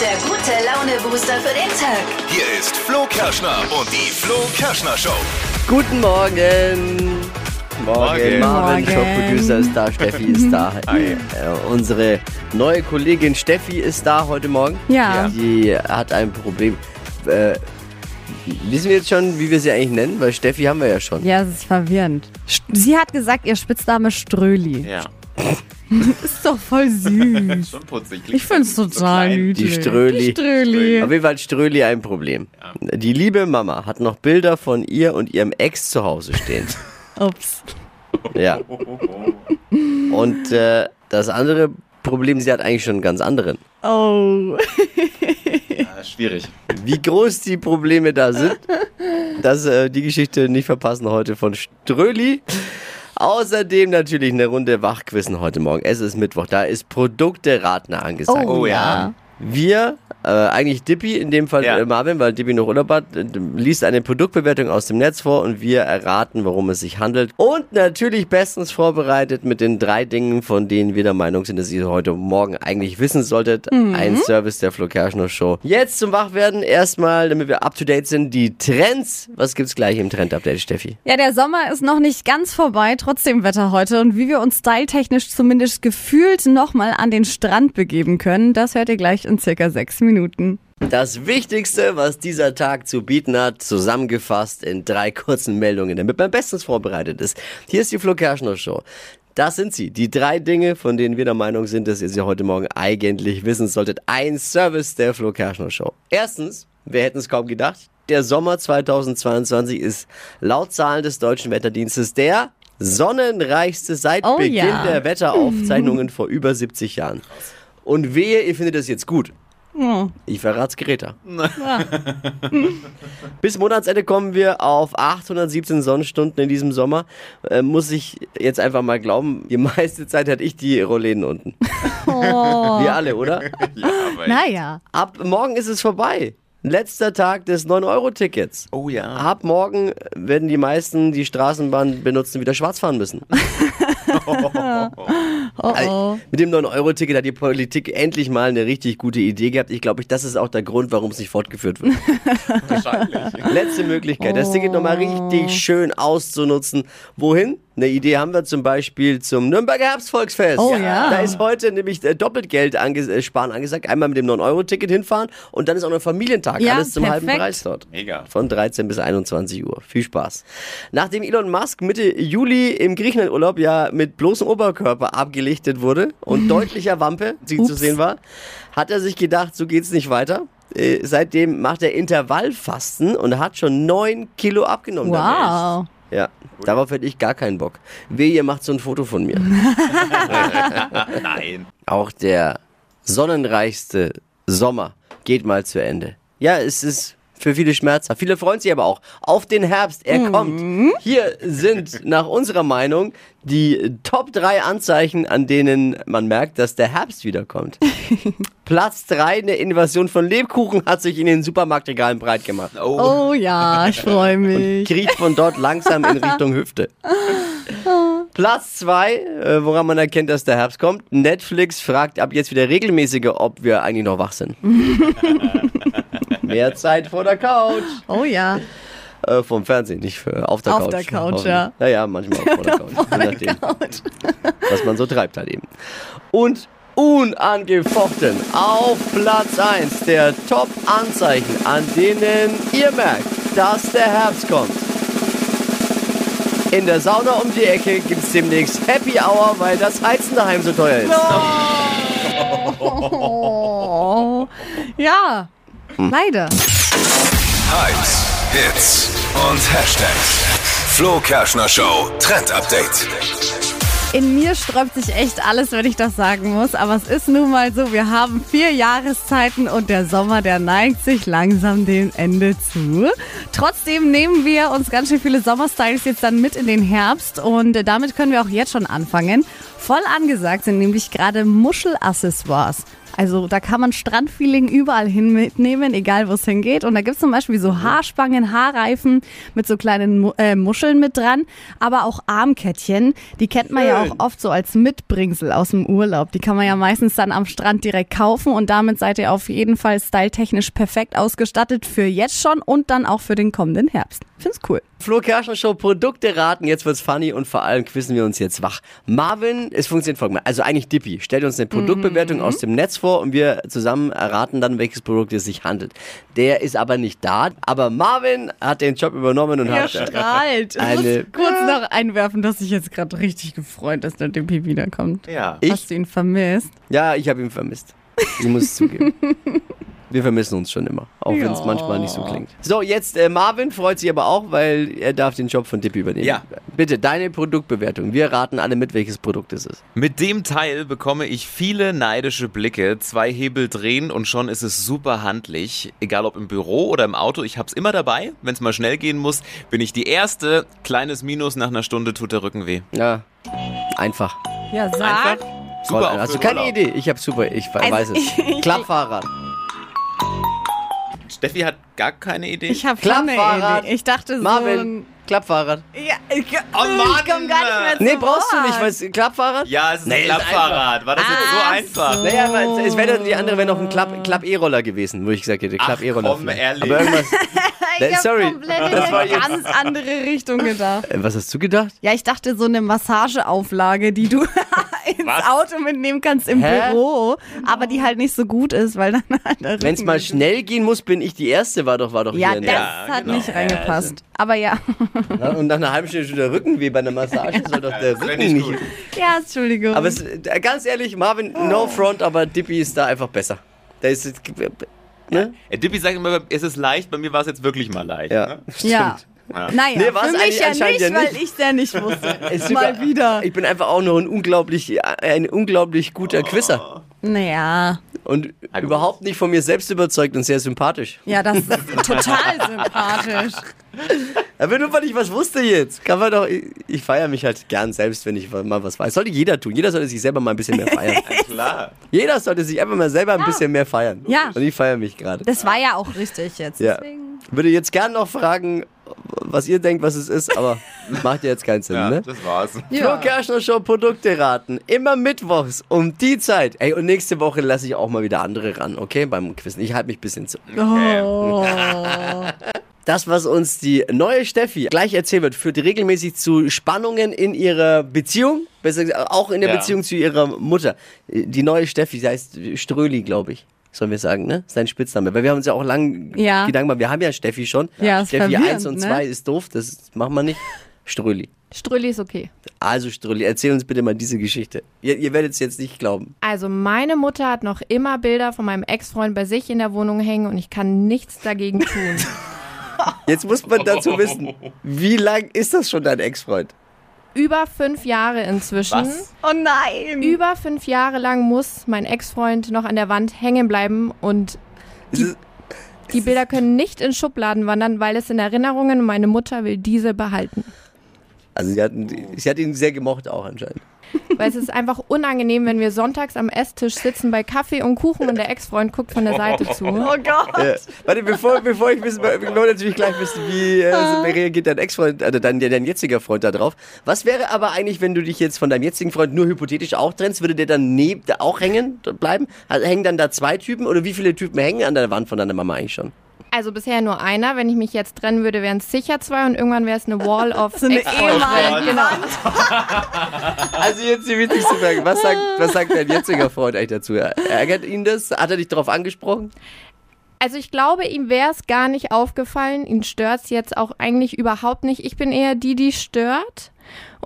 Der gute Laune-Booster für den Tag. Hier ist Flo Kerschner und die Flo Kerschner Show. Guten Morgen. Morgen. Marvin, Morgen. Shop-Producer ist da, Steffi ist da. äh, unsere neue Kollegin Steffi ist da heute Morgen. Ja. Die hat ein Problem. Äh, wissen wir jetzt schon, wie wir sie eigentlich nennen? Weil Steffi haben wir ja schon. Ja, es ist verwirrend. St- Sie hat gesagt, ihr Spitzname Ströli. Ja, Ist doch voll süß. schon putzig. ich find's total klein. niedlich. Die Ströli. Die Ströli. Auf jeden Fall hat Ströli ein Problem. Die liebe Mama hat noch Bilder von ihr und ihrem Ex zu Hause stehen. Ups. ja. Oh, Und äh, das andere Problem, sie hat eigentlich schon einen ganz anderen. Oh. Ja, schwierig. Wie groß die Probleme da sind, das, äh, die Geschichte nicht verpassen heute von Ströli. Außerdem natürlich eine Runde Wachquissen heute Morgen. Es ist Mittwoch, da ist Produkte Ratner angesagt. Oh ja. Wir, äh, eigentlich Dippy, in dem Fall Ja. äh, Marvin, weil Dippy noch Urlaub hat, äh, liest eine Produktbewertung aus dem Netz vor und wir erraten, worum es sich handelt. Und natürlich bestens vorbereitet mit den drei Dingen, von denen wir der Meinung sind, dass ihr sie heute Morgen eigentlich wissen solltet. Ein Service der Flo Kerschner Show. Jetzt zum Wachwerden erstmal, damit wir up to date sind, die Trends. Was gibt's gleich im Trend-Update, Steffi? Ja, der Sommer ist noch nicht ganz vorbei, trotzdem Wetter heute. Und wie wir uns styletechnisch zumindest gefühlt nochmal an den Strand begeben können, das hört ihr gleich in circa sechs Minuten. Das Wichtigste, was dieser Tag zu bieten hat, zusammengefasst in drei kurzen Meldungen, damit man bestens vorbereitet ist. Hier ist die Flo Kerschner Show. Das sind sie, die drei Dinge, von denen wir der Meinung sind, dass ihr sie heute Morgen eigentlich wissen solltet. Ein Service der Flo Kerschner Show. Erstens, wir hätten es kaum gedacht, der Sommer 2022 ist laut Zahlen des Deutschen Wetterdienstes der sonnenreichste seit Oh Beginn ja. der Wetteraufzeichnungen vor über 70 Jahren. Und wehe, ihr findet das jetzt gut. Ich verrat's Greta. Bis Monatsende kommen wir auf 817 Sonnenstunden in diesem Sommer. Äh, muss ich jetzt einfach mal glauben, die meiste Zeit hatte ich die Rollläden unten. Wir alle, oder? Ja, aber Naja. Ab morgen ist es vorbei. Letzter Tag des 9-Euro-Tickets. Oh ja. Ab morgen werden die meisten, die Straßenbahn benutzen, wieder schwarz fahren müssen. Oh oh. Mit dem 9-Euro-Ticket hat die Politik endlich mal eine richtig gute Idee gehabt. Ich glaube, das ist auch der Grund, warum es nicht fortgeführt wird. Wahrscheinlich. Letzte Möglichkeit, das Ticket nochmal Oh. richtig schön auszunutzen. Wohin? Eine Idee haben wir zum Beispiel zum Nürnberger Herbstvolksfest. Oh ja. Da ist heute nämlich äh, doppelt Geld ange äh, sparen angesagt. Einmal mit dem 9-Euro-Ticket hinfahren und dann ist auch noch ein Familientag. Ja, Alles zum halben perfekt. Preis dort. Mega. Von 13 bis 21 Uhr. Viel Spaß. Nachdem Elon Musk Mitte Juli im Griechenlandurlaub ja mit bloßem Oberkörper abgelichtet wurde und deutlicher Wampe, die zu Ups. sehen war, hat er sich gedacht, so geht's nicht weiter. Äh, Seitdem macht er Intervallfasten und hat schon 9 Kilo abgenommen. dadurch. Wow. Ja, darauf hätte ich gar keinen Bock. Wehe, ihr macht so ein Foto von mir. Nein. Auch der sonnenreichste Sommer geht mal zu Ende. Ja, es ist für viele schmerzhaft. Viele freuen sich aber auch auf den Herbst. Er kommt. Hier sind nach unserer Meinung die Top 3 Anzeichen, an denen man merkt, dass der Herbst wiederkommt. Platz 3, eine Invasion von Lebkuchen hat sich in den Supermarktregalen breit gemacht. Oh. Oh ja, ich freue mich. Kriecht von dort langsam in Richtung Hüfte. Platz zwei, äh, woran man erkennt, dass der Herbst kommt. Netflix fragt ab jetzt wieder regelmäßiger, ob wir eigentlich noch wach sind. Mehr Zeit vor der Couch. Oh ja. Äh, vom Fernsehen, nicht für, auf der Auf Couch. der Couch, Hoffentlich. ja. Naja, manchmal auch vor der Couch. je nachdem, was man so treibt halt eben. Und unangefochten auf Platz 1 der Top-Anzeichen, an denen ihr merkt, dass der Herbst kommt. In der Sauna um die Ecke gibt's demnächst Happy Hour, weil das Heizen daheim so teuer ist. Oh. Ja. Leider. Hypes, Hits und Hashtags. Flo Kerschner Show Trend Update. In mir sträubt sich echt alles, wenn ich das sagen muss. Aber es ist nun mal so, wir haben vier Jahreszeiten und der Sommer, der neigt sich langsam dem Ende zu. Trotzdem nehmen wir uns ganz schön viele Sommerstyles jetzt dann mit in den Herbst und äh, damit können wir auch jetzt schon anfangen. Voll angesagt sind nämlich gerade Muschelaccessoires. Also da kann man Strandfeeling überall hin mitnehmen, egal wo es hingeht. Und da gibt es zum Beispiel Mhm. so Haarspangen, Haarreifen mit so kleinen Mu äh, Muscheln mit dran, aber auch Armkettchen. Die kennt man ja auch oft so als Mitbringsel aus dem Urlaub. Die kann man Mhm. ja meistens dann am Strand direkt kaufen und damit seid ihr auf jeden Fall styletechnisch perfekt ausgestattet für jetzt schon und dann auch für den kommenden Herbst. Find's cool. Flo Kerschner Show Produkte raten. Jetzt wird's funny und vor allem quissen wir uns jetzt wach. Marvin, es funktioniert folgendermaßen. Also eigentlich Dippy stellt uns eine Produktbewertung aus dem Netz vor und wir zusammen erraten dann, welches Produkt es sich handelt. Der ist aber nicht da, aber Marvin hat den Job übernommen und Ihr hat strahlt. Ich Eine- muss kurz noch einwerfen, dass ich jetzt gerade richtig gefreut, dass der Dippy wiederkommt. Ja. Ich- Hast du ihn vermisst? Ja, ich habe ihn vermisst. Ich muss es zugeben. Wir vermissen uns schon immer, auch wenn es Ja. manchmal nicht so klingt. So, jetzt äh, Marvin freut sich aber auch, weil er darf den Job von Dippy übernehmen. Ja. Bitte, deine Produktbewertung. Wir raten alle mit, welches Produkt es ist. Mit dem Teil bekomme ich viele neidische Blicke. Zwei Hebel drehen und schon ist es super handlich. Egal ob im Büro oder im Auto, ich hab's immer dabei. Wenn's mal schnell gehen muss, bin ich die Erste. Kleines Minus, nach einer Stunde tut der Rücken weh. Ja, einfach. Ja, sag. Einfach. Super, Genau. auch also für keine Urlaub. Idee. Ich habe super, ich Also we- weiß es. Klappfahrrad. Steffi hat gar keine Idee. Ich habe schon eine Klappfahrrad. Idee. Ich dachte so Marvin, ein... Klappfahrrad. Ja, ich, Oh Mann! ich komm gar nicht mehr zu Nee, brauchst du nicht, Wort. weißt du, Klappfahrrad? ja, es ist Nee, ein ist Klappfahrrad. War das jetzt so Ach einfach? so. Naja, aber es wäre dann die andere wäre noch ein Klapp- Klapp-E-Roller gewesen, wo ich gesagt hätte, Ach, Klapp-E-Roller. komm, vielleicht. ehrlich. aber irgendwas. Ich hab Sorry, komplett in das war eine jetzt. ganz andere Richtung gedacht. Äh, Was hast du gedacht? Ja, ich dachte so eine Massageauflage, die du ins Was? Auto mitnehmen kannst im Hä? Büro, aber die halt nicht so gut ist, weil dann halt der Wenn es Rücken- mal schnell gehen muss, bin ich die Erste, war doch, war doch Ja, hier. das ne? Ja, hat genau. nicht reingepasst. Aber ja. Na, Und nach einer halben Stunde schon der Rückenweh bei einer Massage soll doch der wär Rücken nicht nicht. gut. Ja, Entschuldigung. Aber es, äh, ganz ehrlich, Marvin, no front, aber Dippy ist da einfach besser. Da ist es- ne? Äh, Dippy sagt immer, es ist leicht. Bei mir war es jetzt wirklich mal leicht. Ja. Ne? ja. Ja. Naja, Nee, war's für eigentlich mich ja nicht, anscheinend ja weil nicht. ich ja nicht wusste. Ist mal sogar- wieder. Ich bin einfach auch nur ein unglaublich, ein unglaublich guter Quisser. Naja, Und Na Oh. gut. überhaupt nicht von mir selbst überzeugt und sehr sympathisch. ja, das ist total sympathisch. Aber nur weil ich was wusste jetzt. Kann man doch, ich, ich feiere mich halt gern selbst, wenn ich mal was weiß. Sollte jeder tun. Jeder sollte sich selber mal ein bisschen mehr feiern. Klar. jeder sollte sich einfach mal selber ein bisschen mehr feiern. Ja. Und ich feiere mich gerade. Das war ja auch richtig jetzt. Ja. Deswegen. Würde jetzt gern noch fragen, was ihr denkt, was es ist, aber macht ja jetzt keinen Sinn, Ja, ne? das war's. Flo Kerschner Show Produkte raten. Immer mittwochs um die Zeit. Ey, und nächste Woche lasse ich auch mal wieder andere ran, okay? Beim Quiz. Ich halte mich ein bisschen zu. Äh, Das, was uns die neue Steffi gleich erzählen wird, führt regelmäßig zu Spannungen in ihrer Beziehung. Besser gesagt, auch in der Ja. Beziehung zu ihrer Mutter. Die neue Steffi, sie heißt Ströli, glaube ich. Sollen wir sagen, ne? Sein Spitzname. Weil wir haben uns ja auch lange Ja. Gedanken gemacht. Wir haben ja Steffi schon. Ja, ist Steffi verwirrend, 1 und ne? 2 ist doof, das machen wir nicht. Ströli. Strülli ist okay. Also Strulli, erzähl uns bitte mal diese Geschichte. Ihr, ihr werdet es jetzt nicht glauben. Also meine Mutter hat noch immer Bilder von meinem Ex-Freund bei sich in der Wohnung hängen und ich kann nichts dagegen tun. Jetzt muss man dazu wissen, wie lang ist das schon dein Ex-Freund? Über fünf Jahre inzwischen. Was? Oh nein. Über fünf Jahre lang muss mein Ex-Freund noch an der Wand hängen bleiben und Es ist- die Bilder können nicht in Schubladen wandern, weil es in Erinnerungen und meine Mutter will diese behalten. Also sie hat, ihn- sie hat ihn sehr gemocht auch anscheinend. Weil es ist einfach unangenehm, wenn wir sonntags am Esstisch sitzen bei Kaffee und Kuchen und der Ex-Freund guckt von der Seite zu. Oh Gott. Äh, warte, bevor, bevor ich wissen, wir wollen natürlich gleich wissen, wie äh, reagiert dein Ex-Freund, also dein, dein jetziger Freund da drauf. Was wäre aber eigentlich, wenn du dich jetzt von deinem jetzigen Freund nur hypothetisch auch trennst? Würde der dann neben, da auch hängen bleiben? Also hängen dann da zwei Typen oder wie viele Typen hängen an der Wand von deiner Mama eigentlich schon? Also bisher nur einer. Wenn ich mich jetzt trennen würde, wären es sicher zwei und irgendwann wäre es eine Wall of So eine Ex-Freunde. ehemalige Genau. Also jetzt die wichtigste Frage. Was sagt, was sagt dein jetziger Freund eigentlich dazu? Ärgert ihn das? Hat er dich darauf angesprochen? Also ich glaube, ihm wäre es gar nicht aufgefallen. Ihn stört es jetzt auch eigentlich überhaupt nicht. Ich bin eher die, die stört.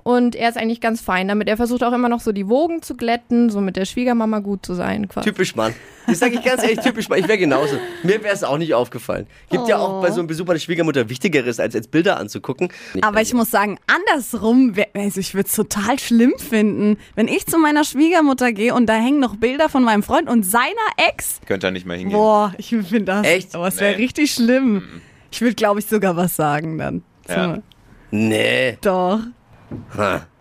Und er ist eigentlich ganz fein damit. Er versucht auch immer noch so die Wogen zu glätten, so mit der Schwiegermama gut zu sein. Quasi. Typisch Mann. Das sage ich ganz ehrlich, typisch Mann. Ich wäre genauso. Mir wäre es auch nicht aufgefallen. Gibt ja auch bei so einem Besuch bei der Schwiegermutter Wichtigeres, als jetzt Bilder anzugucken. Aber ich muss sagen, andersrum, wär- also ich würde es total schlimm finden, wenn ich zu meiner Schwiegermutter gehe und da hängen noch Bilder von meinem Freund und seiner Ex. Könnt ihr nicht mehr hingehen. Boah, ich finde das. Echt? Mhm. Aber es wäre Nee. richtig schlimm. Ich würde, glaube ich, sogar was sagen dann. Ja. So, Nee. Doch.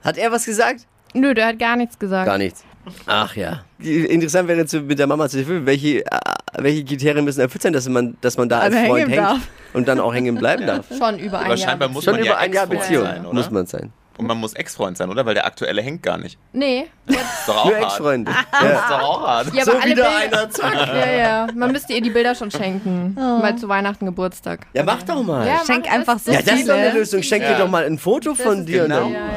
Hat er was gesagt? Nö, der hat gar nichts gesagt. Gar nichts. Ach ja. Interessant wäre jetzt mit der Mama zu filmen, welche, äh, welche Kriterien müssen erfüllt sein, dass man, dass man da als Also hängen Freund hängt darf. und dann auch hängen bleiben darf. Schon über ein Aber Jahr. scheinbar muss Schon man über ja ein Jahr Ex-Freund Beziehung sein, oder? muss man sein. Und man muss Ex-Freund sein, oder? Weil der aktuelle hängt gar nicht. Nee. Ist doch auch Nur hart. Ex-Freunde. Ist doch auch hart. Ja, So aber alle wieder Bilder. einer, zack. Ja, ja. Man müsste ihr die Bilder schon schenken. Oh. Mal zu Weihnachten, Geburtag. Ja, mach doch mal. Ja, Schenk mach das. ne? einfach so Ja, das ist doch eine viele. Lösung. Schenk Ja. dir doch mal ein Foto von ist dir. genau. Und dann, Ja,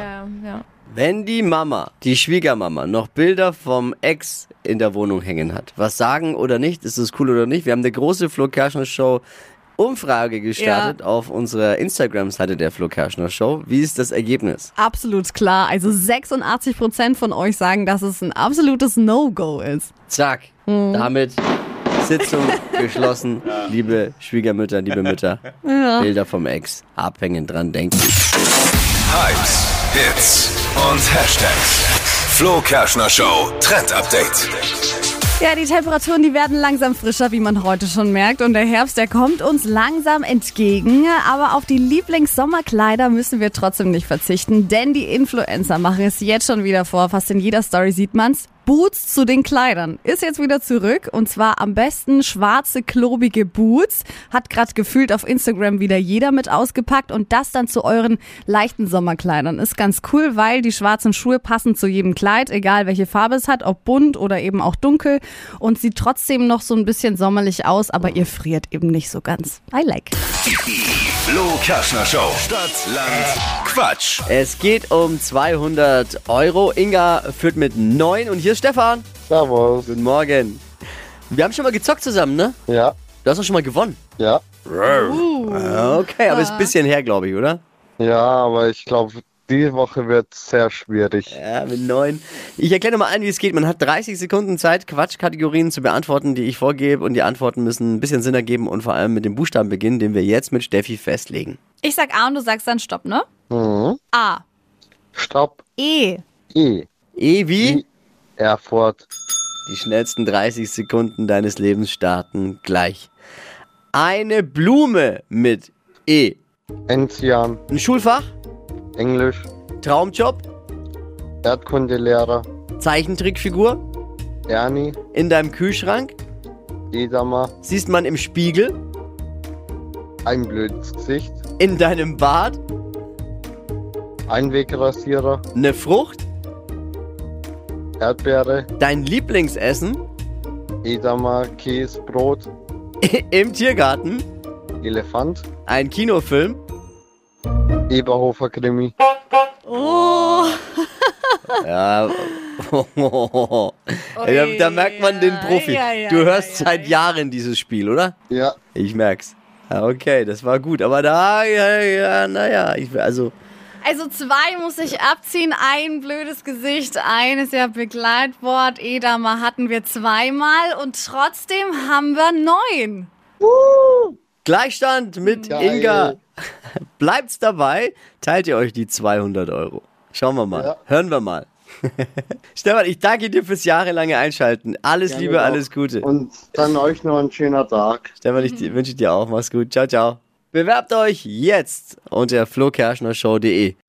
ja, ja. wenn die Mama, die Schwiegermama, noch Bilder vom Ex in der Wohnung hängen hat, was sagen oder nicht, ist es cool oder nicht? Wir haben eine große Flo Kerschner Show Umfrage gestartet auf unserer Instagram-Seite der Flo Kerschner Show. Wie ist das Ergebnis? Absolut klar. Also 86 Prozent von euch sagen, dass es ein absolutes No-Go ist. Zack. Damit Sitzung geschlossen. Liebe Schwiegermütter, liebe Mütter, Bilder vom Ex abhängen, dran denken. Hypes, Hits und Hashtags. Flo Kerschner Show Trend Update. Ja, die Temperaturen, die werden langsam frischer, wie man heute schon merkt. Und der Herbst, der kommt uns langsam entgegen. Aber auf die Lieblingssommerkleider müssen wir trotzdem nicht verzichten, denn die Influencer machen es jetzt schon wieder vor. Fast in jeder Story sieht man's. Boots zu den Kleidern ist jetzt wieder zurück und zwar am besten schwarze klobige Boots hat gerade gefühlt auf Instagram wieder jeder mit ausgepackt und das dann zu euren leichten Sommerkleidern ist ganz cool, weil die schwarzen Schuhe passen zu jedem Kleid, egal welche Farbe es hat, ob bunt oder eben auch dunkel und sieht trotzdem noch so ein bisschen sommerlich aus, aber ihr friert eben nicht so ganz. I like. Die Flo Kerschner Show. Stadt, Land, Quatsch. Es geht um 200 Euro. Inga führt mit 9 und hier ist Stefan. Servus. Guten Morgen. Wir haben schon mal gezockt zusammen, ne? Ja, Du hast auch schon mal gewonnen. ja, Okay, aber ist ein bisschen her, glaube ich, oder? ja, aber ich glaube, die Woche wird sehr schwierig. Ja, mit 9. Ich erkläre mal allen, wie es geht. Man hat 30 Sekunden Zeit, Quatschkategorien zu beantworten, die ich vorgebe. Und die Antworten müssen ein bisschen Sinn ergeben und vor allem mit dem Buchstaben beginnen, den wir jetzt mit Steffi festlegen. Ich sag A und du sagst dann Stopp, ne? Mhm. A. Stopp. E. E. E wie? Erfurt. Die schnellsten 30 Sekunden deines Lebens starten gleich. Eine Blume mit E. Enzian. Ein Schulfach, Englisch. Traumjob, Erdkundelehrer. Zeichentrickfigur, Ernie. in deinem Kühlschrank, Edamer. siehst man im Spiegel, Ein blödes Gesicht. in deinem Bad, Einwegrasierer. eine Frucht, Erdbeere. dein Lieblingsessen, Edamer. Käse. Brot. im Tiergarten, Elefant. ein Kinofilm. Eberhofer Krimi. Ja. da, da merkt man den Profi. ja, ja, du ja, hörst ja, seit ja. Jahren dieses Spiel, oder? Ja, Ich merk's. Ja, okay, das war gut. Aber da, ja, ja, naja, ich will also. Also zwei muss ich abziehen, ein blödes Gesicht, eines ja Begleitwort, Edamer hatten wir zweimal und trotzdem haben wir neun. Gleichstand mit Hm. Geil. Inga. Bleibt's dabei, teilt ihr euch die 200 Euro. Schauen wir mal, Ja. hören wir mal. Stefan, ich danke dir fürs jahrelange Einschalten. Alles Gerne Liebe, doch. alles Gute. und dann euch noch einen schönen Tag. Stefan, ich wünsche ich dir auch. Mach's gut. Ciao, ciao. Bewerbt euch jetzt unter flokerschnershow.de.